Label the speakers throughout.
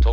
Speaker 1: と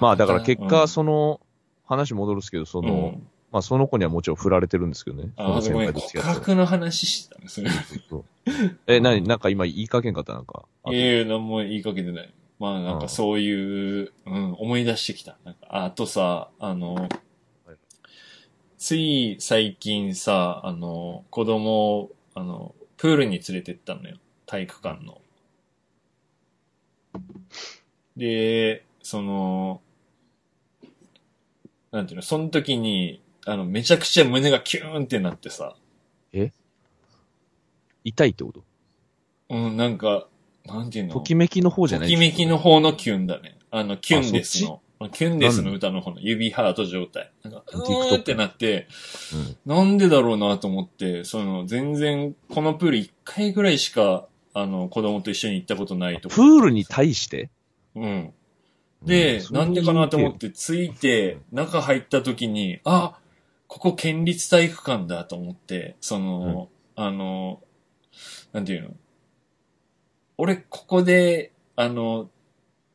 Speaker 2: まあだから結
Speaker 3: う
Speaker 2: 果、
Speaker 3: ん
Speaker 2: その、話戻るんですけど、その、
Speaker 3: うん。
Speaker 2: まあその子にはもちろん振られてるんですけどね。
Speaker 3: あ、あ
Speaker 2: そ
Speaker 3: そ
Speaker 2: の先
Speaker 3: こね、
Speaker 2: 輩と付
Speaker 3: 告
Speaker 2: き合って
Speaker 3: 白の話してたね、それ。
Speaker 2: そうそうそうえ、なに、なんか今言いかけんかったなんか。あ
Speaker 3: いやいや、何も言いかけてない。まあ、なんかそういう、うん、思い出してきた。なんかああとさ、あの、つい最近さ、あの、子供を、あの、プールに連れてったのよ。体育館の。で、その、なんていうの、その時に、あの、めちゃくちゃ胸がキューンってなってさ、
Speaker 2: 痛いってこと
Speaker 3: うん、なんか、なんていうの
Speaker 2: ときめきの方じゃない
Speaker 3: ときめきの方のキュンだね。あの、キュンです
Speaker 2: あ
Speaker 3: の。キュンですの歌の方の指ハート状態。なんか、う
Speaker 2: TikTok
Speaker 3: ーってなって、なんでだろうなと思って、その、全然、このプール一回ぐらいしか、あの、子供と一緒に行ったことないと
Speaker 2: プ
Speaker 3: こ。
Speaker 2: ールに対して
Speaker 3: うん。で、なんでかなと思っ。て、ついて、中入った時に、あ、ここ県立体育館だと思って、その、あの、なんていうの俺、ここで、あの、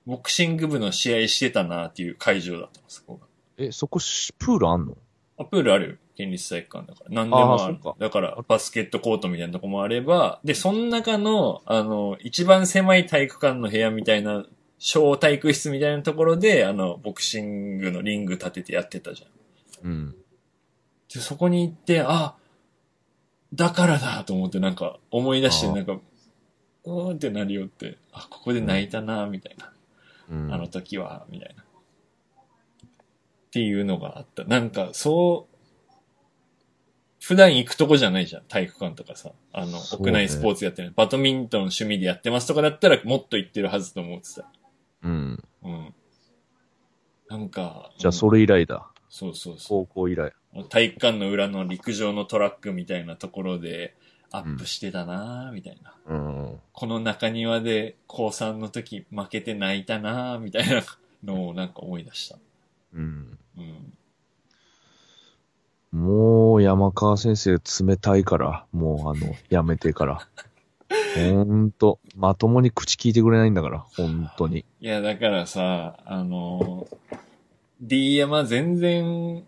Speaker 3: ボクシング部の試合してたなっていう会場だったの、そこが。
Speaker 2: そういう系え、そこし、プールあんの
Speaker 3: あプールあるよ。県立体育館だから。何でもある
Speaker 2: あーそうか。
Speaker 3: だから、バスケットコートみたいなとこもあれば、で、その中の、あの、一番狭い体育館の部屋みたいな、小体育室みたいなところで、あの、ボクシングのリング立ててやってたじゃん。
Speaker 2: うん。
Speaker 3: で、そこに行って、あ、だからだと思ってなんか思い出して、
Speaker 2: あー
Speaker 3: なんか、うーんってなりよって、あ、ここで泣いたな、みたいな。
Speaker 2: うん。
Speaker 3: あの時は、みたいな。っていうのがあった。なんか、そう、普段行くとこじゃないじゃん。体育館とかさ。あの、
Speaker 2: そうね
Speaker 3: 屋内スポーツやってる、バドミントン趣味でやってますとかだったら、もっと行ってるはずと思ってた。
Speaker 2: うん。
Speaker 3: うん。なんか、
Speaker 2: じゃあ
Speaker 3: うん
Speaker 2: それ以来だ。
Speaker 3: そうそうそう。
Speaker 2: 高校以来。
Speaker 3: 体育館の裏の陸上のトラックみたいなところで、アップしてたなぁ、みたいな。
Speaker 2: うん。
Speaker 3: この中庭で、高3の時負けて泣いたなぁ、みたいなのをなんか思い出した。
Speaker 2: うん。
Speaker 3: うん。
Speaker 2: もう山川先生冷たいから、もうあの、やめて から。ほんと、まともに口聞いてくれないんだから、ほんとに。
Speaker 3: いや、だからさ、あの、D 山全然、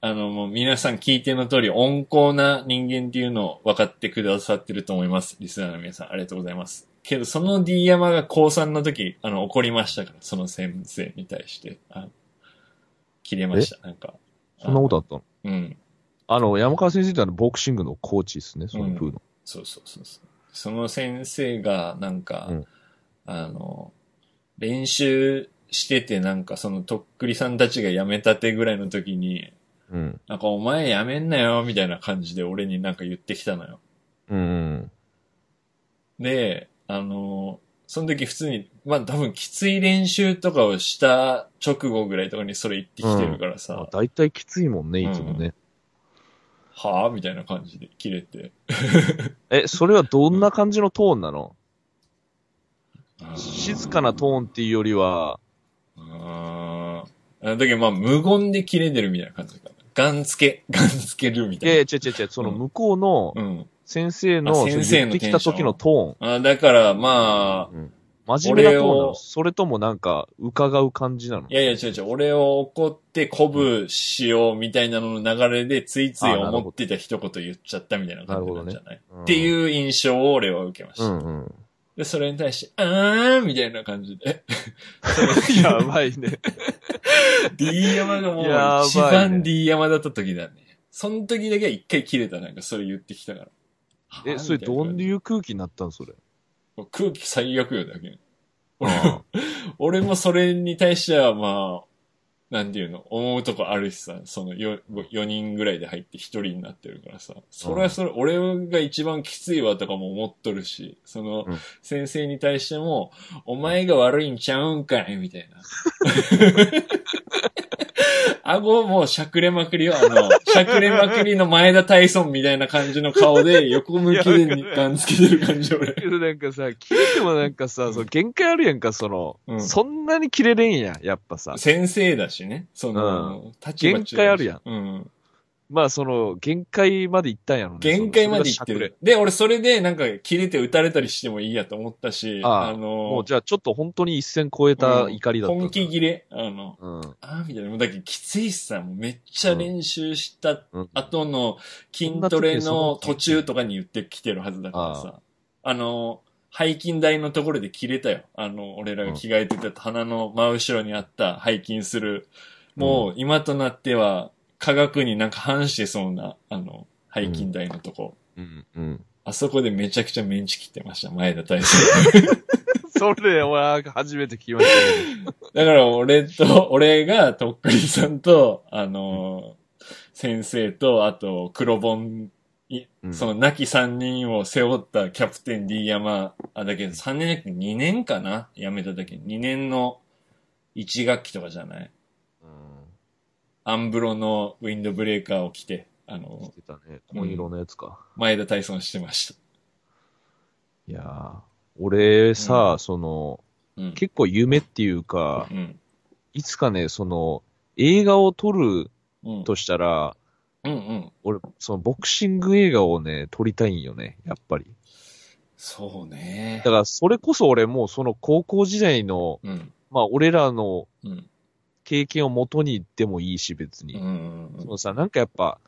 Speaker 3: あの、もう皆さん聞いての通り、温厚な人間っていうのを分かってくださってると思います。リスナーの皆さん、ありがとうございます。けど、その D 山が高3の時、あの、怒りましたから、その先生に対して。あ切れました、なんか。
Speaker 2: そんなことあ
Speaker 3: あ
Speaker 2: ったの
Speaker 3: うん。
Speaker 2: あの、山川先生ってあの、ボクシングのコーチですね、そのプーの。
Speaker 3: そうそうそうそう。その先生が、なんか、
Speaker 2: うん
Speaker 3: あの、練習してて、なんかそのとっくりさんたちが辞めたてぐらいの時に、
Speaker 2: うん。
Speaker 3: なんかお前辞めんなよ、みたいな感じで俺になんか言ってきたのよ。
Speaker 2: うん。
Speaker 3: で、あの、その時普通に、まあ多分きつい練習とかをした直後ぐらいとかにそれ言ってきてるからさ、
Speaker 2: まあ、大体きついもんね、いつもね。
Speaker 3: はぁみたいな感じで切れて。
Speaker 2: え、それはどんな感じのトーンなの
Speaker 3: あー
Speaker 2: 静かなトーンっていうよりは、
Speaker 3: あーだけどまあ無言で切れてるみたいな感じかな。ガンつけ、 ガンつけるみ
Speaker 2: い
Speaker 3: た
Speaker 2: やい
Speaker 3: い
Speaker 2: や、違う違う違う、その向こうの
Speaker 3: な。うん。
Speaker 2: 先生の、
Speaker 3: あ
Speaker 2: その
Speaker 3: 先生
Speaker 2: 言っ
Speaker 3: の
Speaker 2: てきた時のト
Speaker 3: あだからまあ
Speaker 2: ー、ン。うん真面目なトーンな
Speaker 3: 俺
Speaker 2: の
Speaker 3: を
Speaker 2: それともなんか、伺う感じなの
Speaker 3: いやいや違う違う、俺を怒って鼓舞しようみたいなのの流れでついつい思ってた一言言っちゃったみたいな感じなんじゃない、
Speaker 2: っ
Speaker 3: って
Speaker 2: う
Speaker 3: いう印象を俺は受けまし
Speaker 2: ん。う
Speaker 3: た。
Speaker 2: んうん。
Speaker 3: で、それに対して、あーみたいな感 じで。
Speaker 2: や ばいね。
Speaker 3: D 山がもう
Speaker 2: やばいね
Speaker 3: 一番 D 山だった時だね。その時だけは一回切れた、なんかそれ言ってきたから。は
Speaker 2: え、
Speaker 3: あ
Speaker 2: それ
Speaker 3: みたい
Speaker 2: ど
Speaker 3: な
Speaker 2: ういう空気になったのそれ。
Speaker 3: もう空気最悪よ、だけど。
Speaker 2: あ
Speaker 3: 俺もそれに対しては、まあ、なんていうの、思うとこあるしさ、その 4, 4人ぐらいで入って1人になってるからさ、それはそれ、俺が一番きついわとかも思っとるし、その
Speaker 2: うん
Speaker 3: 先生に対しても、お前が悪いんちゃうんかいみたい な。顎もしゃくれまくりよ、あの、しゃくれまくりの前田大孫みたいな感じの顔 で横向きでガンつけてる感じ、俺。
Speaker 2: けどなんかさ、切れてもなんかさ、その限界あるやんか、その、
Speaker 3: うん
Speaker 2: そんなに切れれんやん、やっぱさ。
Speaker 3: 先生だしね。その、立場違うし
Speaker 2: 限界あるやん。まあその、限界まで行ったんやろね。
Speaker 3: 限界まで行
Speaker 2: その
Speaker 3: って。
Speaker 2: それが
Speaker 3: る。で、俺それでなんか切れて撃たれたりしてもいいやと思ったし、
Speaker 2: ああ
Speaker 3: あの、
Speaker 2: もうじゃあちょっと本当に一線超えた怒りだった。
Speaker 3: 本気切れ、あの、
Speaker 2: うん。
Speaker 3: ああ、みたいな。もうだけどきついしさ、もうめっちゃ練習した
Speaker 2: うん。
Speaker 3: 後の筋トレの途中とかに言ってきてるはずだからさ、あの、背筋台のところで切れたよ。あの、俺らが着替えてた鼻の真後ろにあった背筋する、もう今となっては科学になんか反してそうな、あの、背筋台のとこ。
Speaker 2: うん。うん。
Speaker 3: あそこでめちゃくちゃメンチ切ってました、前田大輔。
Speaker 2: それ、俺、初めて聞きましたけど。
Speaker 3: だから俺と、俺がとっくりさんと、あのー先生と、あと黒本、い
Speaker 2: うん
Speaker 3: その亡き3人を背負ったキャプテン D 山、あ、だけど3年だけど2年かな辞めた時2年の1学期とかじゃない
Speaker 2: うん。
Speaker 3: アンブロのウィンドブレーカーを着て、あ
Speaker 2: 来
Speaker 3: の、
Speaker 2: てたね。紺色のやつか。
Speaker 3: 前田大尊してまし
Speaker 2: いやー俺さ、その、
Speaker 3: た。うん。
Speaker 2: 結構夢っていうか、
Speaker 3: うん。
Speaker 2: いつかね、その、映画を撮る
Speaker 3: うん。
Speaker 2: としたら、
Speaker 3: うんうん。
Speaker 2: 俺、そのボクシング映画をね、撮りたいんよね、やっぱり。
Speaker 3: そうね
Speaker 2: だ。から、それこそ俺もうその高校時代の、
Speaker 3: うん。
Speaker 2: まあ、俺らの
Speaker 3: うん。
Speaker 2: 経験を元にでもいいし、別
Speaker 3: うんう
Speaker 2: に。
Speaker 3: ん
Speaker 2: そのさ、なんかやっぱ、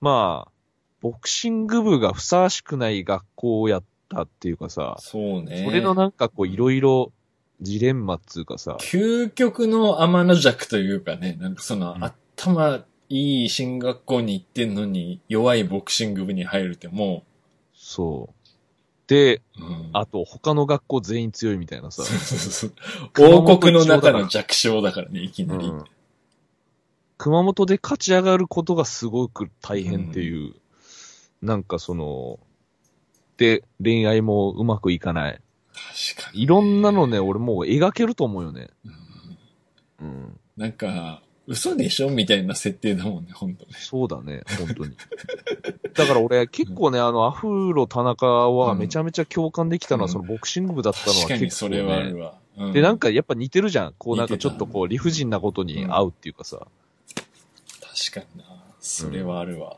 Speaker 2: まあ、ボクシング部がふさわしくない学校をやったっていうかさ、
Speaker 3: そうね。
Speaker 2: それのなんかこう、いろいろ、ジレンマっつうかさ、
Speaker 3: 究極の天の弱というかね、なんかその、
Speaker 2: うん
Speaker 3: 頭いい進学校に行ってんのに弱いボクシング部に入るっても
Speaker 2: そう。で、
Speaker 3: う、うん、
Speaker 2: あと、他の学校全員強いみたいなさ
Speaker 3: そう、そうそう
Speaker 2: 熊本
Speaker 3: 王国の中
Speaker 2: 一緒だ
Speaker 3: の弱小だからね、いきなり。
Speaker 2: うん熊本で勝ち上がることがすごく大変っていう、なんかその、で、恋愛もうまくいかない。
Speaker 3: 確かに。
Speaker 2: いろんなのね、俺もう描けると思うよね。
Speaker 3: うん
Speaker 2: うん。
Speaker 3: なんか、嘘でしょみたいな設定だもんね、ほんとね。
Speaker 2: そうだね、本当に。だから俺、結構ね、あの、アフロ田中はめちゃめちゃ共感できたのは、
Speaker 3: うん
Speaker 2: そのボクシング部だったのは
Speaker 3: 確かに
Speaker 2: 結
Speaker 3: そ
Speaker 2: 構、
Speaker 3: れはある
Speaker 2: ね。
Speaker 3: わ。
Speaker 2: で、なん
Speaker 3: か、
Speaker 2: かやっぱ似てるじゃん。こうなんか
Speaker 3: 似
Speaker 2: ち
Speaker 3: て
Speaker 2: ょ
Speaker 3: た
Speaker 2: っとこう理不尽なことに合うっていうかさ。
Speaker 3: 確かにな。それはあるわ。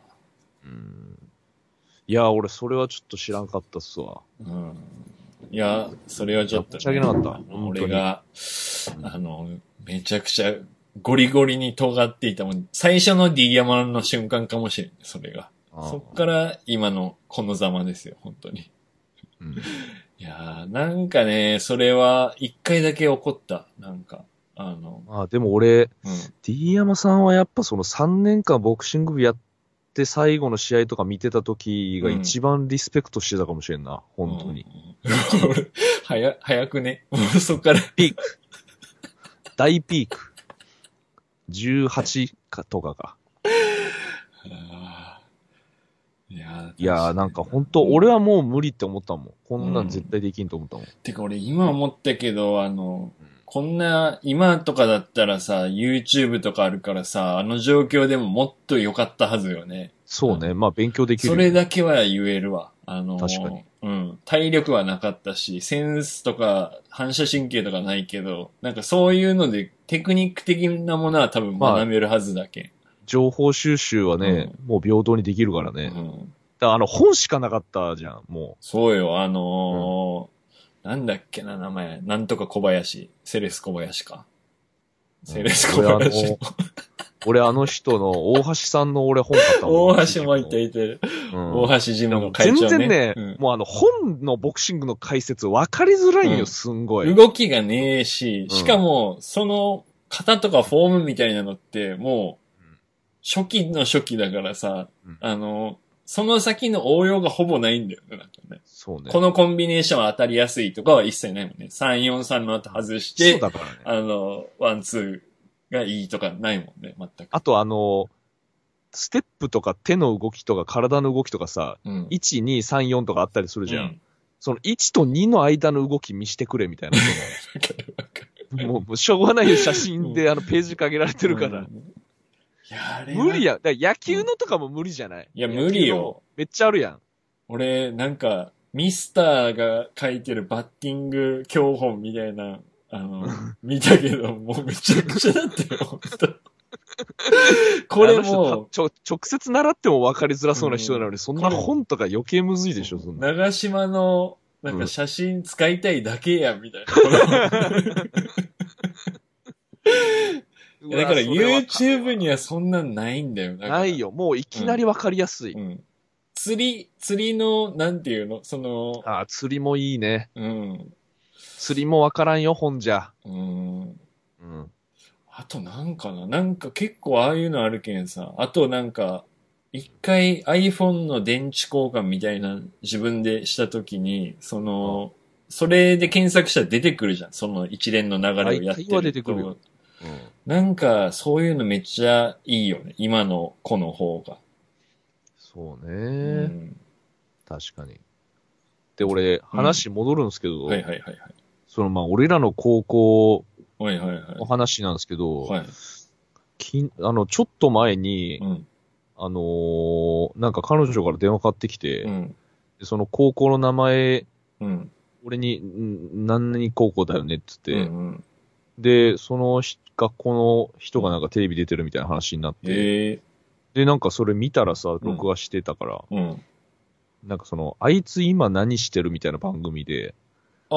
Speaker 2: うん。いや、俺それはちょっと知らんかったっすわ。
Speaker 3: うんいや、それはちょっと、
Speaker 2: 持ち上げなかった
Speaker 3: あの
Speaker 2: 本当に
Speaker 3: 俺が、あの、めちゃくちゃゴリゴリに尖っていたもん。最初の D 山の瞬間かもしれない、それが。そっから今のこのざまですよ、本当に。
Speaker 2: うん
Speaker 3: いやー、なんかね、それは一回だけ起こった。なんか、あの、
Speaker 2: まあでも俺、
Speaker 3: うん。
Speaker 2: D 山さんはやっぱその3年間ボクシング部やって最後の試合とか見てた時が一番リスペクトしてたかもしれんな、本当に。
Speaker 3: うん。うん 俺早、早くね。 もうそっから、
Speaker 2: 大ピーク。18かとかが。
Speaker 3: あーいや
Speaker 2: いやーなんか本当、俺はもう無理って思ったもん。こんなん絶対できんと思ったもん。
Speaker 3: てか俺今思ったけど、あの
Speaker 2: うん、
Speaker 3: こんな、今とかだったらさ、YouTube とかあるからさ、あの状況でももっと良かったはずよね。
Speaker 2: そうね、まあ勉強できる。
Speaker 3: それだけは言えるわ。あの、
Speaker 2: 確かに
Speaker 3: うん。体力はなかったし、センスとか反射神経とかないけど、なんかそういうのでテクニック的なものは多分学べるはずだけん。
Speaker 2: 情報収集はね、もう平等にできるからね。だ
Speaker 3: う
Speaker 2: か
Speaker 3: ん。
Speaker 2: らあの本しかなかったじゃん、も
Speaker 3: そうよ、あのーなんだっけな、名前。なんとか小林。セレス小林か。
Speaker 2: うん
Speaker 3: セレス小林。
Speaker 2: こう。俺あの人の、大橋さんの俺本買ったもん。
Speaker 3: 大橋もいていて、
Speaker 2: うん
Speaker 3: 大橋ジムの会
Speaker 2: 全
Speaker 3: 長
Speaker 2: 然
Speaker 3: ね。
Speaker 2: ね、
Speaker 3: うん
Speaker 2: もうあの本のボクシングの解説分かりづらいん
Speaker 3: う
Speaker 2: よ、
Speaker 3: ん
Speaker 2: すんごい。
Speaker 3: 動きがねえし、
Speaker 2: うん
Speaker 3: しかも、その型とかフォームみたいなのって、も
Speaker 2: うん
Speaker 3: う、初期の初期だからさ、
Speaker 2: うん
Speaker 3: あの、その先の応用がほぼないんだよね、なんかね。
Speaker 2: そうね。
Speaker 3: このコンビネーションは当たりやすいとかは一切ないもんね。3、4、3の後外し
Speaker 2: そう
Speaker 3: て、
Speaker 2: だからね。
Speaker 3: あの、ワン、ツーがいいとかないもんね、全く。
Speaker 2: あとあの、ステップとか手の動きとか体の動きとかさ、
Speaker 3: うん。
Speaker 2: 1、2、3、4とかあったりするじゃん。
Speaker 3: うん
Speaker 2: その1と2の間の動き見してくれみたい な。
Speaker 3: わかるわかる。
Speaker 2: もう、もうしょうがないよ、写真であのページ限られてるから。
Speaker 3: うん。いや、あれは
Speaker 2: 無理やん。だから野球のとかも無理じゃない
Speaker 3: いや、無理。
Speaker 2: 野球の
Speaker 3: よ
Speaker 2: も。めっちゃあるやん。
Speaker 3: 俺、なんか、ミスターが書いてるバッティング 教本みたいな、あの、見たけど、もうめちゃくちゃだったよ、本当これ
Speaker 2: あの
Speaker 3: も、
Speaker 2: 人ちょ、直接習っても分かりづらそうな人なのに、そんな本とか余計むずいうでしょ、そんな。
Speaker 3: 長島の、なんか写真使いたいだけや、みたいな。いやだから
Speaker 2: うわそれは
Speaker 3: YouTube にはそんなんないんだよ。なんか
Speaker 2: ない。よ、もういきなり分かりやすい。
Speaker 3: うん。釣り、釣りの、なんていうのその、
Speaker 2: ああ、釣りもいいね。
Speaker 3: うん。
Speaker 2: 釣りも分からんよ、本じゃ。
Speaker 3: うん。
Speaker 2: うん。
Speaker 3: あとなんかな、なんか結構ああいうのあるけんさ、あとなんか、一回 iPhone の電池交換みたいな自分でしたときに、その、それで検索したら出てくるじゃん。その一連の流れをやって
Speaker 2: 大
Speaker 3: る
Speaker 2: 体は出てくるよ
Speaker 3: となんか、そういうのめっちゃいいよね。今の子の方が。
Speaker 2: そう
Speaker 3: う
Speaker 2: ね、
Speaker 3: ん、
Speaker 2: 確かに。で、俺、話戻るんですけど、
Speaker 3: はいはいはいはい。
Speaker 2: その、まあ、俺らの高校
Speaker 3: はいはいはい。
Speaker 2: の話なんですけど、
Speaker 3: はい。
Speaker 2: きんあの、ちょっと前に、
Speaker 3: うん。
Speaker 2: あのーなんか彼女から電話かかってきて、
Speaker 3: うん。
Speaker 2: でその高校の名前、
Speaker 3: うん。
Speaker 2: 俺に、ん何々高校だよねって言
Speaker 3: う
Speaker 2: って、
Speaker 3: んうん、
Speaker 2: で、そのひ学校の人がなんかテレビ出てるみたいな話になって、
Speaker 3: え
Speaker 2: で、なんかそれ見たらさ、録画してたから、
Speaker 3: ー、うん。
Speaker 2: なんかその、あいつ今何してるみたいな番組で、
Speaker 3: あ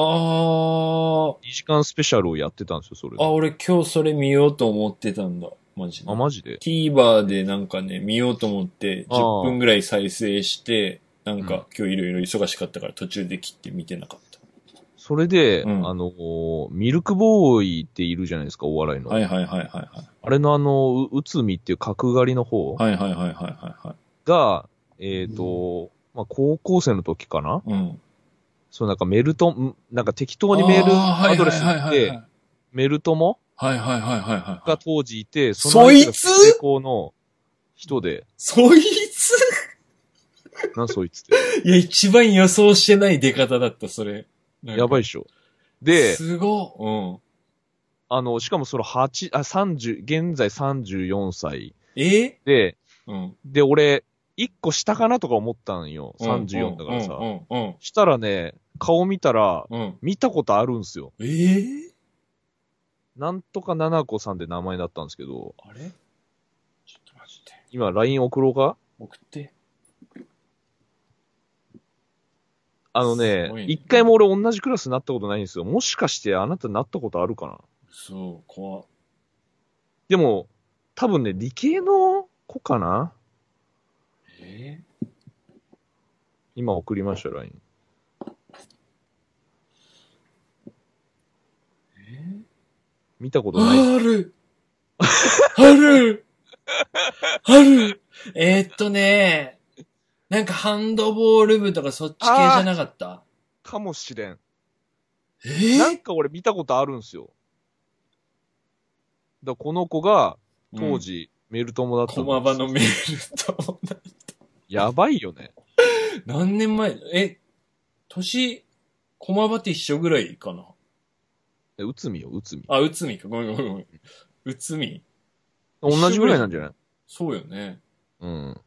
Speaker 2: 2
Speaker 3: ー、
Speaker 2: 時間スペシャルをやってたんですよ、それで
Speaker 3: あ、俺今日それ見ようと思ってたんだ。マジで。
Speaker 2: あ、マジで
Speaker 3: TVer でなんかね、見ようと思って、
Speaker 2: あー
Speaker 3: 10分ぐらい再生して、なんか、
Speaker 2: うん
Speaker 3: 今日いろいろ忙しかったから途中で切って見てなかっ
Speaker 2: それで、
Speaker 3: うん
Speaker 2: あのー、ミルクボーイっているじゃないですか、お笑いの。
Speaker 3: た。はいはいはいはいはい。
Speaker 2: あれのあの、う内海っていう角刈りの方
Speaker 3: はいはいはいはいはいは。
Speaker 2: が、えっ、と、まあ、高校生の時かない
Speaker 3: うん。
Speaker 2: そうなんかメルトン、なんか適当にメール
Speaker 3: あー
Speaker 2: アドレス
Speaker 3: はい
Speaker 2: っ
Speaker 3: はいはいはい
Speaker 2: て、メルトモ
Speaker 3: はいはいはいはいはいは
Speaker 2: が
Speaker 3: い。
Speaker 2: 当時いて、
Speaker 3: そ
Speaker 2: 相
Speaker 3: いつ
Speaker 2: 手が成功の人 で、
Speaker 3: そいつ
Speaker 2: なんそいつって。
Speaker 3: いや、一番予想してない出方だった、それ。
Speaker 2: やばい
Speaker 3: い。
Speaker 2: っしょ。で、
Speaker 3: すごっ。
Speaker 2: あの、しかもその8、あ、30、現在34歳
Speaker 3: うん。え
Speaker 2: で、
Speaker 3: うん。
Speaker 2: で、俺、1個下かなとか思ったんよ。
Speaker 3: うん
Speaker 2: 34だからさ
Speaker 3: う。んうん
Speaker 2: したらね、顔見たら、
Speaker 3: うん。うん。
Speaker 2: 見たことあるんすよ。
Speaker 3: えー、
Speaker 2: なんとか七子さんで名前だったんですけど、
Speaker 3: あれちょっと待って。
Speaker 2: 今 LINE 送ろうか
Speaker 3: 送って。
Speaker 2: あの
Speaker 3: す
Speaker 2: ね
Speaker 3: ごい、ね
Speaker 2: 一、回も俺同じクラスになったことないんですよ。もしかしてあなたなったことあるかな
Speaker 3: そう、怖っ
Speaker 2: でも、多分ね、理系の子かな
Speaker 3: え
Speaker 2: 今送りましたよ、LINE。
Speaker 3: ー、え
Speaker 2: 見たことない。
Speaker 3: ー、あるあるあるえー、っとね、なんかハンドボール部とかそっち系じゃなかった
Speaker 2: かもしれん。
Speaker 3: え
Speaker 2: なん
Speaker 3: ー、
Speaker 2: か俺見たことあるんすよ。だからこの子が当時、メル友だった
Speaker 3: うん、
Speaker 2: の
Speaker 3: 駒場のメールと、
Speaker 2: やばいよね。
Speaker 3: 何年前え、年、駒場って一緒ぐらいかな
Speaker 2: え、うつみよ、うつみ。
Speaker 3: あ、内海か。ごめんごめんごめん。内海
Speaker 2: 同じぐらいなんじゃない
Speaker 3: そうよね。
Speaker 2: うん。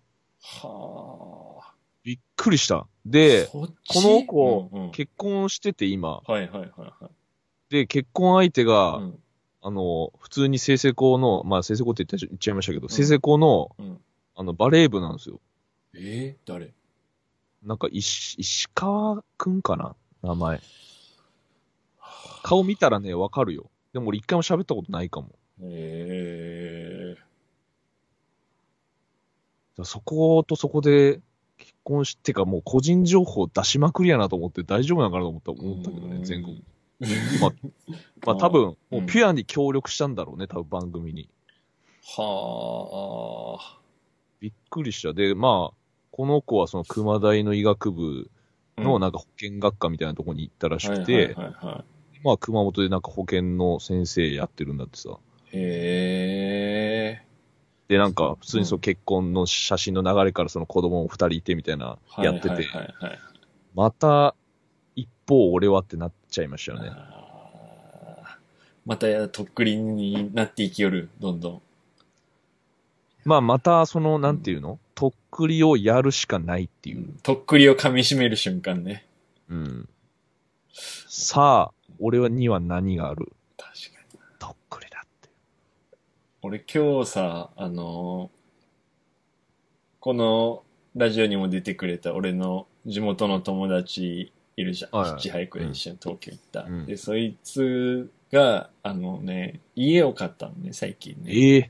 Speaker 3: はあ。
Speaker 2: びっくりした。で、
Speaker 3: そっち
Speaker 2: この子
Speaker 3: うんうん
Speaker 2: 結婚してて今。
Speaker 3: はいはいはいはい。
Speaker 2: で、結婚相手が、
Speaker 3: うん
Speaker 2: あの、普通に成成校の、まあ成成校って言って言っちゃいましたけど、成成校の、
Speaker 3: うん
Speaker 2: あの、バレー部なんですよ。
Speaker 3: えー、誰
Speaker 2: なんか石、石川くんかな名前。顔見たらね、わかるよ。でも俺一回も喋ったことないかも。だか
Speaker 3: え
Speaker 2: らそことそこで結婚してか、もう個人情報出しまくりやなと思って大丈夫なのかなと思った思ったけど
Speaker 3: う
Speaker 2: ね、
Speaker 3: ん
Speaker 2: 全 国。まあ、まあ多分、もうピュアに協力したんだろうね、多分番組に。
Speaker 3: ー、はあ。
Speaker 2: びっくりした。で、まあ、この子はその熊大の医学部のなんか保健学科みたいなとこに行ったらしくて、
Speaker 3: はいはいはいはい
Speaker 2: まあ熊本でなんか保健の先生やってるんだってさ。
Speaker 3: へ
Speaker 2: で、なんか普通にそうの結婚の写真の流れからその子供も二人いてみたいな
Speaker 3: ー。
Speaker 2: やってて、
Speaker 3: はいはいはいはい
Speaker 2: また一方俺はってなっちゃいましたよね。
Speaker 3: あーまたやとっくりになっていきよる、どんどん。
Speaker 2: まあまたその、なんていうの、とっくりをやるしかないっていう。
Speaker 3: とっくりを噛み締める瞬間ね。
Speaker 2: うん。さあ、俺はには何がある
Speaker 3: 確かに。
Speaker 2: とっくりだって。
Speaker 3: 俺今日さ、あのーこのラジオにも出てくれた俺の地元の友達いるじゃん。
Speaker 2: はいはい
Speaker 3: ヒッチハイクで一緒に東京行った。
Speaker 2: うん
Speaker 3: で、そいつが、あのね、家を買ったのね、最近ね。
Speaker 2: ええ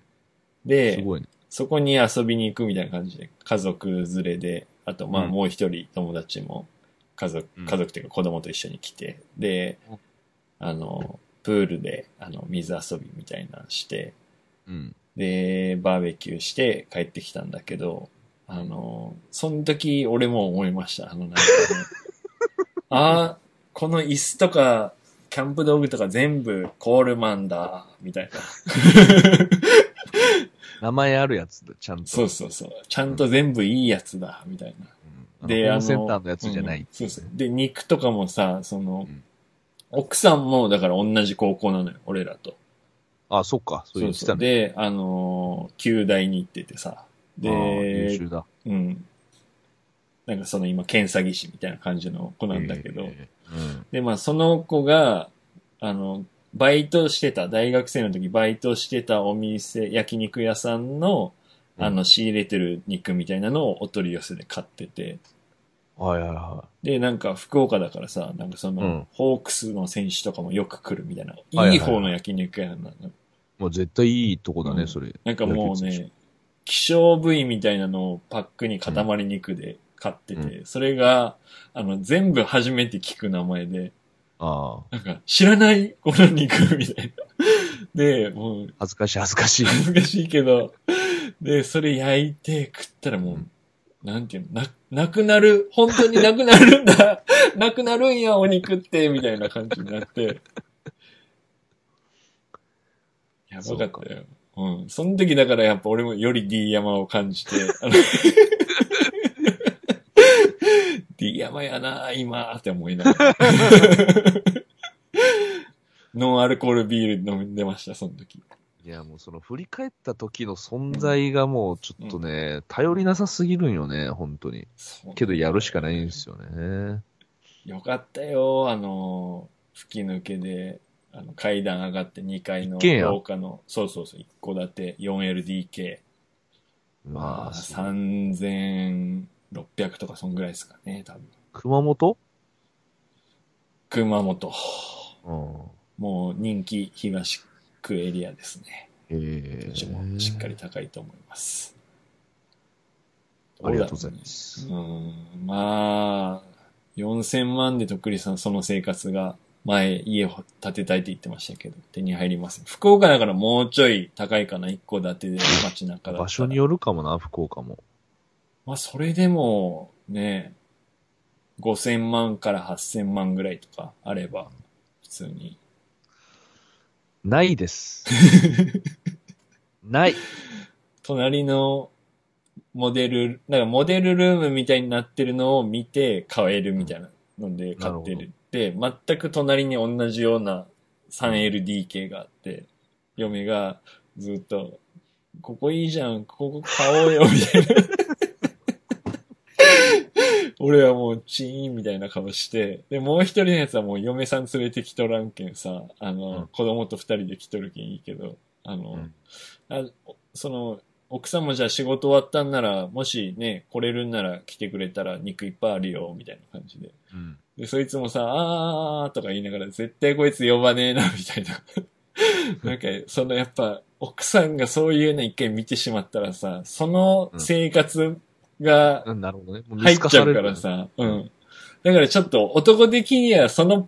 Speaker 2: す
Speaker 3: で、
Speaker 2: ごいね。
Speaker 3: そこに遊びに行くみたいな感じで、家族連れで、あとまあ
Speaker 2: うん
Speaker 3: もう一人友達も家族、
Speaker 2: うん
Speaker 3: 家族というか子供と一緒に来て、で
Speaker 2: うん、
Speaker 3: あの、プールで、あの、水遊びみたいなのして、
Speaker 2: うん。
Speaker 3: で、バーベキューして帰ってきたんだけど、あの、その時俺も思いました。あの、なん かね、あーこの椅子とか、キャンプ道具とか全部コールマンだ、みたいな。
Speaker 2: 名前あるやつだ、ちゃんと。
Speaker 3: そうそうそう。ちゃんと全部いいやつだ、みたいな。
Speaker 2: うん。
Speaker 3: で
Speaker 2: で、ホー
Speaker 3: あの
Speaker 2: ムセンターのやつじゃない。
Speaker 3: うんそうそう。で、肉とかもさ、その、
Speaker 2: うん
Speaker 3: 奥さんも、だから同じ高校なのよ、俺らと。
Speaker 2: あ、そっか。そう言ってたね。
Speaker 3: で、あのー、旧大に行っててさ。
Speaker 2: あー優
Speaker 3: で、
Speaker 2: 秀だ。
Speaker 3: うん。なんかその今、検査技師みたいな感じの子なんだけど。
Speaker 2: ええうん。
Speaker 3: で、まあ、その子が、あの、バイトしてた、大学生の時バイトしてたお店、焼肉屋さんの、あの、仕入れてる肉みたいなのをお取り寄せで買ってて。
Speaker 2: はいはいは
Speaker 3: で、なんか福岡だからさ、なんかそうの
Speaker 2: ん、
Speaker 3: ホークスの選手とかもよく来るみたいな、
Speaker 2: いはいはい
Speaker 3: いい方の焼肉屋なの。
Speaker 2: い。もう絶対いいとこだ
Speaker 3: うん
Speaker 2: ね、それ。
Speaker 3: なんかもう
Speaker 2: 野球選
Speaker 3: ね、希少部位みたいなのをパックに塊肉で買ってて、それが、あの、全部初めて聞く名前で、
Speaker 2: ああ。
Speaker 3: なんか、知らないこの肉みたいな。で、もう、
Speaker 2: 恥ずかしい、恥ずかし い。
Speaker 3: 恥ずかしいけど、で、それ焼いて食ったらもう、
Speaker 2: うん
Speaker 3: なんていうの、な、なくなる、本当になくなるんだ、 なくなるんや、お肉って、みたいな感じになって。やばかったよ。うん。その時だからやっぱ俺もより D 山を感じて、あの D 山やな、今、って思いながら。ノンアルコールビール飲んでました、その時。
Speaker 2: いや、もうその振り返った時の存在がもうちょっとね、頼りなさすぎるんよね、本当に。
Speaker 3: そう
Speaker 2: けどやるしかないんですよね。
Speaker 3: よかったよ、あの、吹き抜けで、あの、階段上がって2階の
Speaker 2: 一軒家
Speaker 3: 廊下の、そうそうそう、一戸建て 4LDK。
Speaker 2: まあ、
Speaker 3: 3600とかそんぐらいですかね、多分。
Speaker 2: 熊本
Speaker 3: 熊本。
Speaker 2: うん。
Speaker 3: もう人気東区エリアですね。
Speaker 2: え
Speaker 3: う
Speaker 2: え
Speaker 3: ちもしっかり高いと思います。
Speaker 2: ありがとうございます
Speaker 3: う。ん、まあ、4000万でとっくりさんその生活が前家を建てたいって言ってましたけど、手に入りません。福岡だからもうちょい高いかな、一戸建てで街中だったら
Speaker 2: 場所によるかもな、福岡も。
Speaker 3: まあそれでも、ね、5000万から8000万ぐらいとかあれば、普通に。
Speaker 2: ない です。ない。
Speaker 3: 隣のモデル、なんかモデルルームみたいになってるのを見て買えるみたいなので買ってるって、全く隣に同じような 3LDK があって、嫁がずっと、ここいいじゃん、ここ買おうよ、みたいな。 俺はもうチーンみたいな顔して、で、もう一人のやつはもう嫁さん連れてきとらんけんさ、あの、
Speaker 2: うん
Speaker 3: 子供と二人で来とるけんいいけど、あの、
Speaker 2: うん
Speaker 3: あその、奥さんもじゃあ仕事終わったんなら、もしね、来れるんなら来てくれたら肉いっぱいあるよ、みたいな感じで。
Speaker 2: うん。
Speaker 3: で、そいつもさ、あーとか言いながら、絶対こいつ呼ばねえな、みたい な。なんか、そのやっぱ、奥さんがそういうの一回見てしまったらさ、その生活が
Speaker 2: うんなるほどね。もう
Speaker 3: 入
Speaker 2: 見
Speaker 3: っ
Speaker 2: 透か
Speaker 3: ちゃ
Speaker 2: され
Speaker 3: う
Speaker 2: る
Speaker 3: から。さ、うん。だからちょっと男的にはその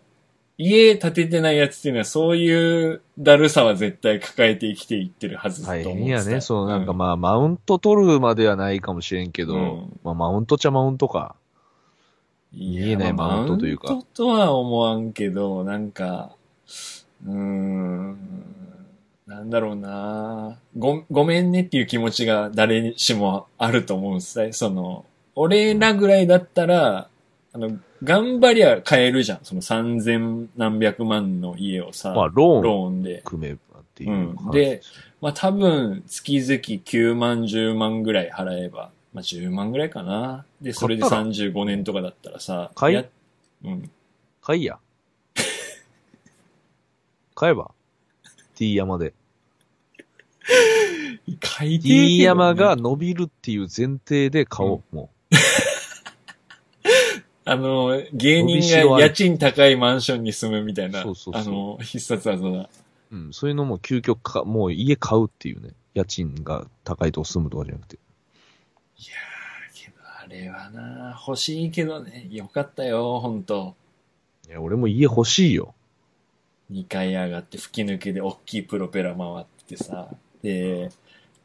Speaker 3: 家建ててないやつっていうのはそういうだるさは絶対抱えて生きていってるはずだ
Speaker 2: 大
Speaker 3: と思
Speaker 2: 変
Speaker 3: う
Speaker 2: やね。そう、なんか
Speaker 3: うん
Speaker 2: まあ、マウント取るまではないかもしれんけど、
Speaker 3: うん
Speaker 2: まあ、マウントちゃマウントか。見えないマウントというか
Speaker 3: マウントとは思わんけど、なんか、うーん、なんだろうなご、ごめんねっていう気持ちが誰にしもあると思うんですね。その、俺らぐらいだったら、あの、頑張りゃ買えるじゃん。その3000何百万の家をさ、
Speaker 2: まあ、ローン
Speaker 3: ローンで。
Speaker 2: 組めばっていう
Speaker 3: うん
Speaker 2: 話
Speaker 3: です
Speaker 2: よ
Speaker 3: まあ多分、月々9万、10万ぐらい払えば、まあ10万ぐらいかな。で、それで
Speaker 2: 買ったら
Speaker 3: 35年とかだったらさ、
Speaker 2: 買い
Speaker 3: やうん。
Speaker 2: 買い や。買えば。T 山で。
Speaker 3: 海底ケーブルね
Speaker 2: D 山が伸びるっていう前提で買おう。も
Speaker 3: あの、芸
Speaker 2: 伸
Speaker 3: 人
Speaker 2: びしろあ
Speaker 3: が
Speaker 2: る
Speaker 3: 家賃高いマンションに住むみたいな、
Speaker 2: そうそうそう
Speaker 3: あの、必殺技だ。
Speaker 2: う。うん。そういうのも究極か、もう家買うっていうね。家賃が高いとこ住むとかじゃなくて。
Speaker 3: けどあれはな、欲しいけどね、よかったよ、ほんと。
Speaker 2: いや、俺も家欲しいよ。
Speaker 3: 2階上がって吹き抜けで大きいプロペラ回っててさ、で、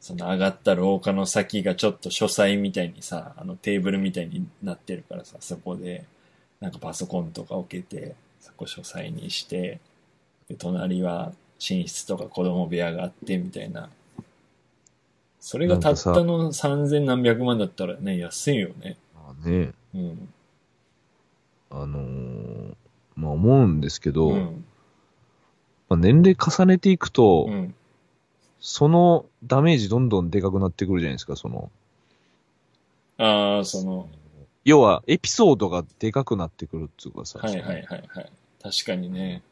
Speaker 3: その上がった廊下の先がちょっと書斎みたいにさ、あのテーブルみたいになってるからさ、そこで、なんかパソコンとか置けて、そこ書斎にして、で、隣は寝室とか子供部屋があってみたいな。それがたったの3000何百万だったらね、安いよね。
Speaker 2: まあね、
Speaker 3: うん。
Speaker 2: あのーまあ思うんですけど、
Speaker 3: うん。
Speaker 2: まあ、年齢重ねていくと、
Speaker 3: うん。
Speaker 2: そのダメージどんどんでかくなってくるじゃないですか、その。
Speaker 3: ああ、その、
Speaker 2: 要は、エピソードがでかくなってくるっていうかさ、
Speaker 3: はいはいはいはい。確かにね。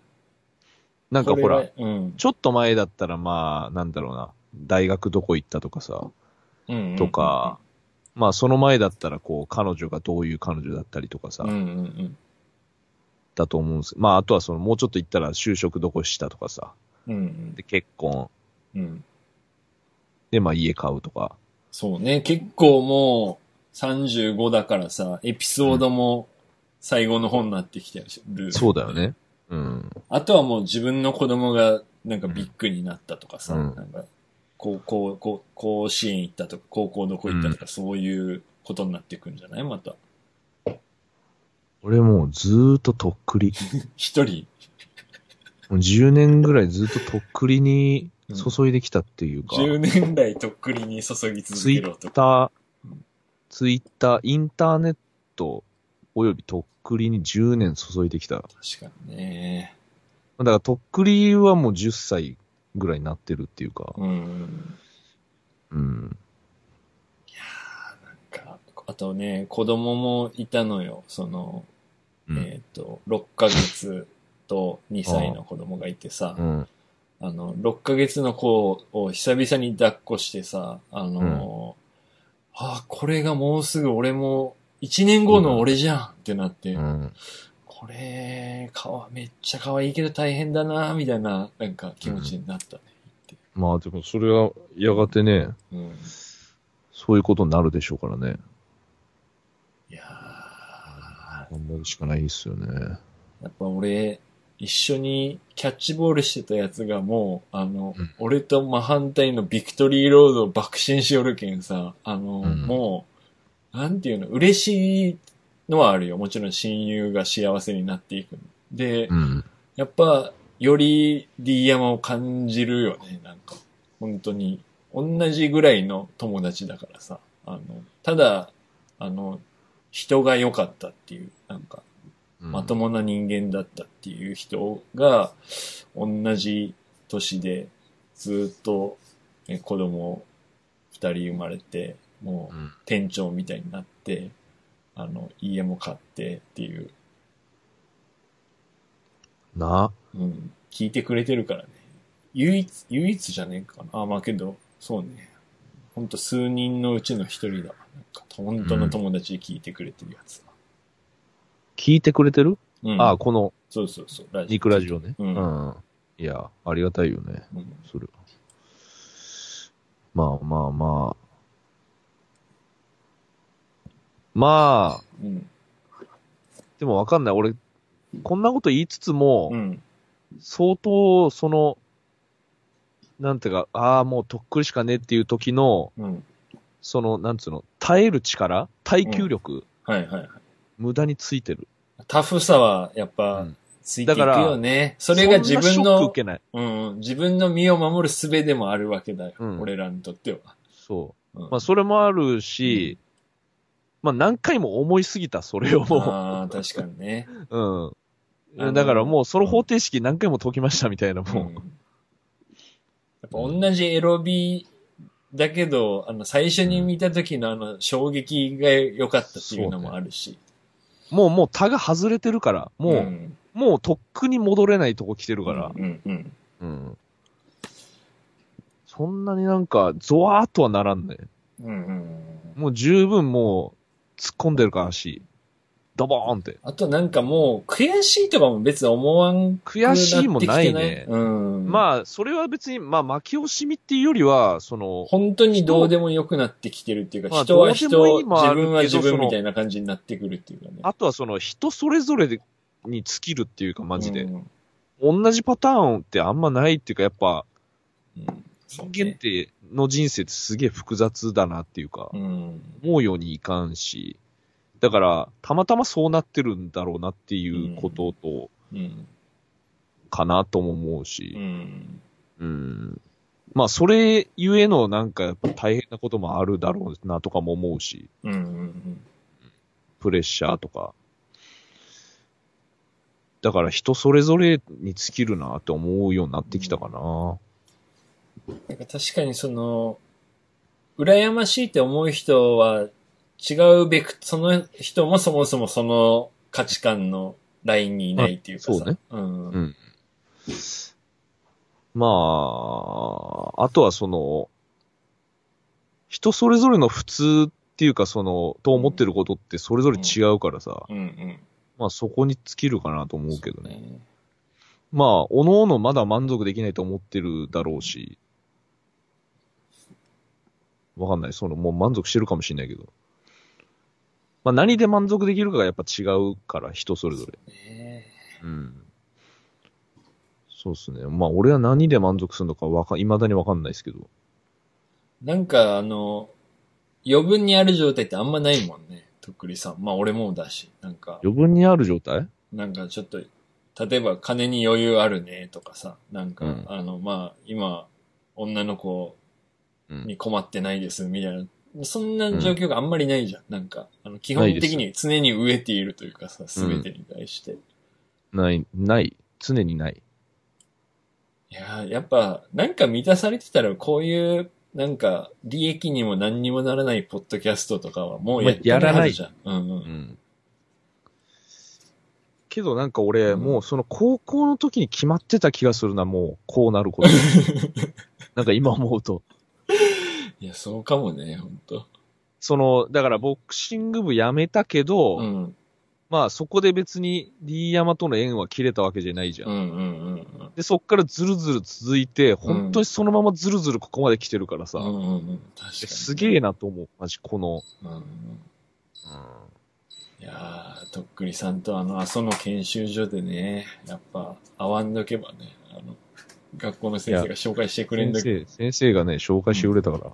Speaker 2: なんかほら、
Speaker 3: これは、うん。
Speaker 2: ちょっと前だったらまあ、なんだろうな、大学どこ行ったとかさ、とか、まあその前だったらこう、彼女がどういう彼女だったりとかさ、
Speaker 3: うんうんうん
Speaker 2: だと思うんですまああとはその、もうちょっと行ったら就職どこしたとかさ、
Speaker 3: うんうん
Speaker 2: で結婚、
Speaker 3: うんうん
Speaker 2: でまあ家買うとか、
Speaker 3: そうね結構もう35だからさエピソードも最後の方になってきてる
Speaker 2: そうだよね。うん。
Speaker 3: あとはもう自分の子供がなんかビッグになったとかさ、
Speaker 2: うん
Speaker 3: なんか高校高甲子園行ったとか高校どこ行ったとか、そういうことになってくんじゃないまた
Speaker 2: 俺もうずーっととっくり。
Speaker 3: 一人
Speaker 2: もう10年ぐらいずっととっくりに注いできたっていうか、
Speaker 3: 10年来とっくりに注ぎ続
Speaker 2: ツイ
Speaker 3: けろ
Speaker 2: ッ
Speaker 3: と
Speaker 2: タ
Speaker 3: か
Speaker 2: ー、ツイッター、インターネット、およびとっくりに10年注いできた。だか
Speaker 3: 確かにね
Speaker 2: らとっくりはもう10歳ぐらいになってるっていうか、
Speaker 3: うん
Speaker 2: うん。
Speaker 3: かあとね、子供もいたのよ。その、
Speaker 2: うん。
Speaker 3: えっ、と、6ヶ月と2歳の子供がいてさ、
Speaker 2: うん。
Speaker 3: あの、6ヶ月の子を久々に抱っこしてさ、あのー、あー、これがもうすぐ俺も、1年後の俺じゃんってなって、
Speaker 2: うん。
Speaker 3: これ、かわ、めっちゃ可愛いけど大変だな、みたいな、なんか気持ちになったね。
Speaker 2: まあでもそれはやがてね、
Speaker 3: うん。
Speaker 2: そういうことになるでしょうからね。
Speaker 3: いやー、
Speaker 2: 頑張るしかないですよね。
Speaker 3: やっぱ俺、一緒にキャッチボールしてたやつがもう、あの、
Speaker 2: うん
Speaker 3: 俺と真反対のビクトリーロードを爆心しよるけんさ、あの、
Speaker 2: うん
Speaker 3: もう、なんていうの、嬉しいのはあるよ。もちろん親友が幸せになっていく。で、
Speaker 2: うん。
Speaker 3: やっぱ、より D 山を感じるよね、なんか。本当に。同じぐらいの友達だからさ。あの、ただ、あの、人が良かったっていう、なんか、まと
Speaker 2: も。
Speaker 3: もな人間だったっていう人が、同じ年でずっと、ね、子供二人生まれて、も
Speaker 2: う。
Speaker 3: うん店長みたいになって、あの、家も買ってっていう、
Speaker 2: な、
Speaker 3: うん、聞いてくれてるからね。唯一、唯一じゃねえかな。あ、まあけど、そうね。ほんと数人のうちの一人だわ。なんか、本当の友達で聞いてくれてるやつは。
Speaker 2: 聞いてくれてる、
Speaker 3: うん。
Speaker 2: ああ、この
Speaker 3: そうそうそう。ラ
Speaker 2: ニクラジオね。
Speaker 3: うん
Speaker 2: うん。いや、ありがたいよね。
Speaker 3: うん
Speaker 2: それは。まあまあまあ。まあ、
Speaker 3: うん。
Speaker 2: でもわかんない。俺、こんなこと言いつつも、
Speaker 3: うん。
Speaker 2: 相当、その、なんていうか、ああ、もうとっくりしかねえっていう時の、
Speaker 3: うん。
Speaker 2: その、なんつうの、耐える力耐久力、
Speaker 3: はいはいはい。
Speaker 2: 無駄についてる。
Speaker 3: タフさはやっ
Speaker 2: う
Speaker 3: ぱ
Speaker 2: ん
Speaker 3: ついていくよね。それが自
Speaker 2: そ
Speaker 3: 分
Speaker 2: んなショック
Speaker 3: の
Speaker 2: 受、けない。
Speaker 3: うんうん、自分の身を守る術でもあるわけだよ。
Speaker 2: うん
Speaker 3: 俺らにとっては。
Speaker 2: そう。
Speaker 3: うん
Speaker 2: まあ、それもあるし、まあ、何回も思いすぎた、それを。
Speaker 3: ああ、確か にね。あ
Speaker 2: う
Speaker 3: の
Speaker 2: ん。だからもうその方程式何回も解きましたみたいな、
Speaker 3: うん、
Speaker 2: も
Speaker 3: や
Speaker 2: う。
Speaker 3: っぱ同じエロビだけど、あの、最初に見た時のあの、衝撃が良かったっていうのもあるし。
Speaker 2: もうもう他が外れてるから、もう、
Speaker 3: ん
Speaker 2: もうとっくに戻れないとこ来てるから。
Speaker 3: うんうん。
Speaker 2: うん。そんなになんか、ゾワーっとはならんね。
Speaker 3: うんうんうん。
Speaker 2: もう十分もう、突っ込んでるから足。ドボーンって。
Speaker 3: あとなんかもう、悔しいとかも別に思わん。
Speaker 2: 悔しいもないね。
Speaker 3: うん。あ、
Speaker 2: まあ、それは別に、まあ、負け惜しみっていうよりは、その、
Speaker 3: 本当にどうでもよくなってきてるっていう
Speaker 2: ま
Speaker 3: か、
Speaker 2: あ
Speaker 3: 人は人、
Speaker 2: どうでもいいもある
Speaker 3: 自
Speaker 2: けど
Speaker 3: 分は自
Speaker 2: そ
Speaker 3: 分
Speaker 2: の
Speaker 3: みたいな感じになってくるっていうかね。
Speaker 2: あとはその、人それぞれでに尽きるっていうか、マジで。
Speaker 3: うん
Speaker 2: 同じパターンってあんまないっていうか、やっぱ、
Speaker 3: うんそう
Speaker 2: 人間っ
Speaker 3: ね
Speaker 2: ての人生ってすげえ複雑だなっていうか
Speaker 3: う、ん。
Speaker 2: 思うようにいかんし、だから、たまたまそうなってるんだろうなっていうことと、
Speaker 3: うん。
Speaker 2: かなとも思う
Speaker 3: う
Speaker 2: し、
Speaker 3: ん。
Speaker 2: うん。まあ、それゆえのなんかやっぱ大変なこともあるだろうなとかも思うし、
Speaker 3: うんうん。
Speaker 2: プレッシャーとか。だから人それぞれに尽きるなって思うようになってきたかな。
Speaker 3: なんか確かにその、羨ましいって思う人は、違うべく、その人もそもそもその価値観のラインにいないっていうかさ。
Speaker 2: あそうね。
Speaker 3: うん。
Speaker 2: うんまあ、あとはその、人それぞれの普通っていうかその、と思ってることってそれぞれ違うからさ、
Speaker 3: うんうん。
Speaker 2: まあそこに尽きるかなと思うけどね。
Speaker 3: そうね。
Speaker 2: まあ、おのおのまだ満足できないと思ってるだろうし、わかんない。その、もう満足してるかもしれないけど。まあ何で満足できるかがやっぱ違うから、人それぞれ。
Speaker 3: ね
Speaker 2: うん。そうっすね。まあ、俺は何で満足するのかわか、未だにわかんないですけど。
Speaker 3: なんかあの、余分にある状態ってあんまないもんね。とっくりさん。まあ俺もだし。なんか、
Speaker 2: 余分にある状態
Speaker 3: なんかちょっと、例えば金に余裕あるねとかさ。なんか、
Speaker 2: うん
Speaker 3: あの、まあ今、女の子
Speaker 2: うん。
Speaker 3: に困ってないですみたいな。そんな状況があんまりないじゃん。なんか、あの基本的に常に飢えているというかさ、すべてに対して。
Speaker 2: ない、ない。常にない。
Speaker 3: いやーやっぱ、なんか満たされてたら、こういう、なんか、利益にも何にもならないポッドキャストとかはもうやって
Speaker 2: まあやらない
Speaker 3: はずじゃん。うんう。
Speaker 2: うんん。けどなんか俺、
Speaker 3: うん
Speaker 2: もうその高校の時に決まってた気がするな、もう、こうな ること。なんか今思うと。
Speaker 3: いや、そうかもね、ほんと。
Speaker 2: その、だからボクシング部辞めたけど、
Speaker 3: うん。
Speaker 2: まあそこで別に D 山との縁は切れたわけじゃないじゃん。
Speaker 3: うんうんうんうん。
Speaker 2: で、そっからずるずる続いて、本当にそのままずるずるここまで来てるからさ。
Speaker 3: うんうんうん。確かに。
Speaker 2: すげえなと思う、マジ、この。
Speaker 3: うんうん。いやー、とっくりさんとあの、阿蘇の研修所でね、やっぱ、会わんどけばね、あの、学校の先生が紹介してくれ
Speaker 2: 先
Speaker 3: んだけど、
Speaker 2: 生、先生がね、紹介してくれたから。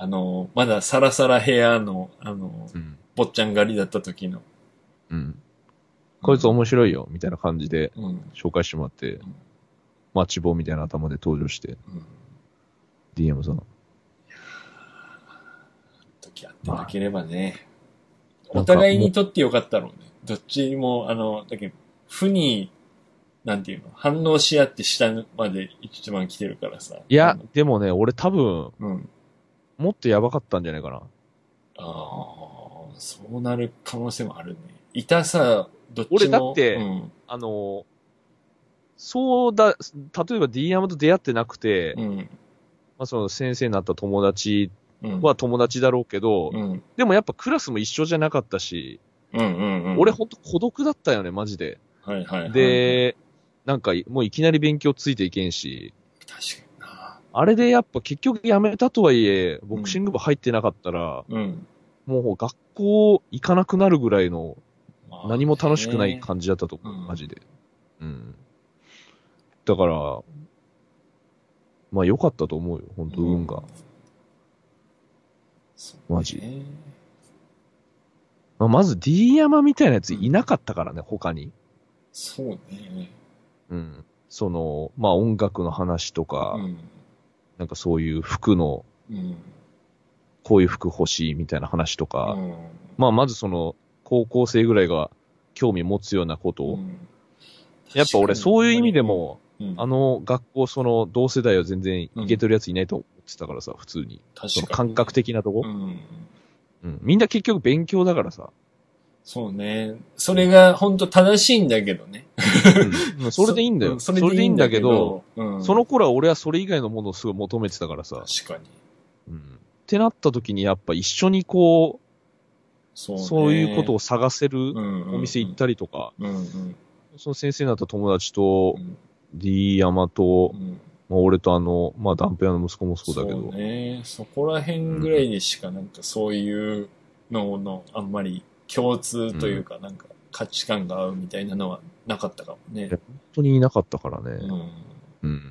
Speaker 3: あの、まだサラサラヘアの、あの、
Speaker 2: うん。
Speaker 3: 坊っちゃん狩りだった時の。
Speaker 2: うん。こいつ面白いよ、みたいな感じで
Speaker 3: うん。
Speaker 2: 紹介してもらって
Speaker 3: ん、
Speaker 2: マッチ棒みたいな頭で登場して、
Speaker 3: うん
Speaker 2: DM さん。
Speaker 3: 時あってなければね、
Speaker 2: まあ
Speaker 3: お互いにとってよかったろうね。どっちも、あの、だけど負に、なんていうの、反応し合って下まで一番来てるからさ。
Speaker 2: いや、でもね、俺多分、
Speaker 3: うん。うん。
Speaker 2: もっとやばかったんじゃないかな。
Speaker 3: ああ、そうなる可能性もあるね。痛さ、どっちも。
Speaker 2: 俺だって
Speaker 3: うん。
Speaker 2: あの、そうだ、例えば D 山と出会ってなくて、
Speaker 3: うん。
Speaker 2: まあその先生になった友達
Speaker 3: うん。
Speaker 2: は友達だろうけど、
Speaker 3: うん、うん。
Speaker 2: でもやっぱクラスも一緒じゃなかったし、
Speaker 3: うんうんうん。
Speaker 2: 俺ほんと孤独だったよね、マジで。
Speaker 3: はいはいはい。、
Speaker 2: で、なんか、もういきなり勉強ついていけんし、
Speaker 3: 確かにな。
Speaker 2: あれでやっぱ結局辞めたとはいえ、ボクシング部入ってなかったら、
Speaker 3: うん。
Speaker 2: もう学校行かなくなるぐらいの
Speaker 3: まあ
Speaker 2: 何も楽しくない
Speaker 3: ね
Speaker 2: 感じだったと思
Speaker 3: う
Speaker 2: う、
Speaker 3: ん
Speaker 2: マジで。うん。だから、まあ良かったと思うよ、本当運が。。
Speaker 3: そうね
Speaker 2: マジまあ、まず D 山みたいなやついなかったからね、他に。
Speaker 3: そうね。
Speaker 2: うん。その、まあ音楽の話とか、
Speaker 3: うん。
Speaker 2: なんかそういう服の、
Speaker 3: うん。
Speaker 2: こういう服欲しいみたいな話とか、
Speaker 3: うん
Speaker 2: まあ、まずその、高校生ぐらいが興味持つようなことを、
Speaker 3: うん
Speaker 2: やっぱ俺そういう意味で、も、
Speaker 3: 確か
Speaker 2: あ
Speaker 3: に
Speaker 2: の学校その同世代は全然いけてるやついないと思ってたからさ、普通に。
Speaker 3: うん、
Speaker 2: その感覚
Speaker 3: 的
Speaker 2: 的なとこ、
Speaker 3: うん。
Speaker 2: うんみんな結局勉強だからさ。
Speaker 3: そうね。それが本当正しいんだけどね。
Speaker 2: うんそれでいいんだよ。そ
Speaker 3: それ
Speaker 2: れ
Speaker 3: で
Speaker 2: でい
Speaker 3: いい
Speaker 2: い
Speaker 3: ん
Speaker 2: ん
Speaker 3: だ
Speaker 2: だ
Speaker 3: け
Speaker 2: けど、
Speaker 3: ど、うん
Speaker 2: その頃は俺はそれ以外のものをすごい求めてたからさ。
Speaker 3: 確かに。
Speaker 2: うんってなった時にやっぱ一緒にこ、
Speaker 3: そうね
Speaker 2: そういうことを探せるお
Speaker 3: お
Speaker 2: 店行っ。たりとか、
Speaker 3: うんうん
Speaker 2: その先生になった友達と
Speaker 3: う、ん
Speaker 2: D 山と
Speaker 3: う、ん。
Speaker 2: まあ、俺とあの、まあ、ダンペアの息子もそうだけど、
Speaker 3: ね。そこら辺ぐらいにしかなんかそういうのの、あんまり共通というか、なんか価値観が合うみたいなのはなかったかもね
Speaker 2: や。本当にいなかったから
Speaker 3: う
Speaker 2: ね。
Speaker 3: ん。
Speaker 2: うん。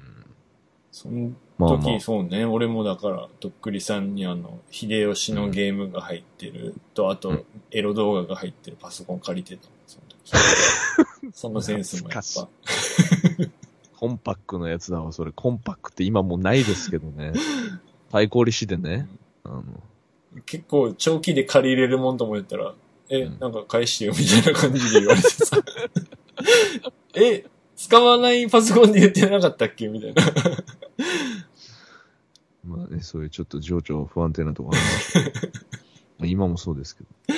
Speaker 3: その
Speaker 2: まあまあ
Speaker 3: 時、、そうね。俺もだから、とっくりさんにあの、秀吉のゲームが入ってると、あ
Speaker 2: う
Speaker 3: と
Speaker 2: ん、
Speaker 3: エロ動画が入ってるパソコン借りてた。その 時そのセンスもやっぱ
Speaker 2: 懐。コンパックのやつだわ、それ。コンパックって今もうないですけどね。対抗利子でね。あの、
Speaker 3: 結構長期で借り入れるもんと思ったら、え、
Speaker 2: うん
Speaker 3: なんか返してよみたいな感じで言われてさ。 え、使わないパソコンで言ってなかったっけみたいな。
Speaker 2: まあね、そういうちょっと情緒不安定なところあるんでしょうまあ今もそうですけど。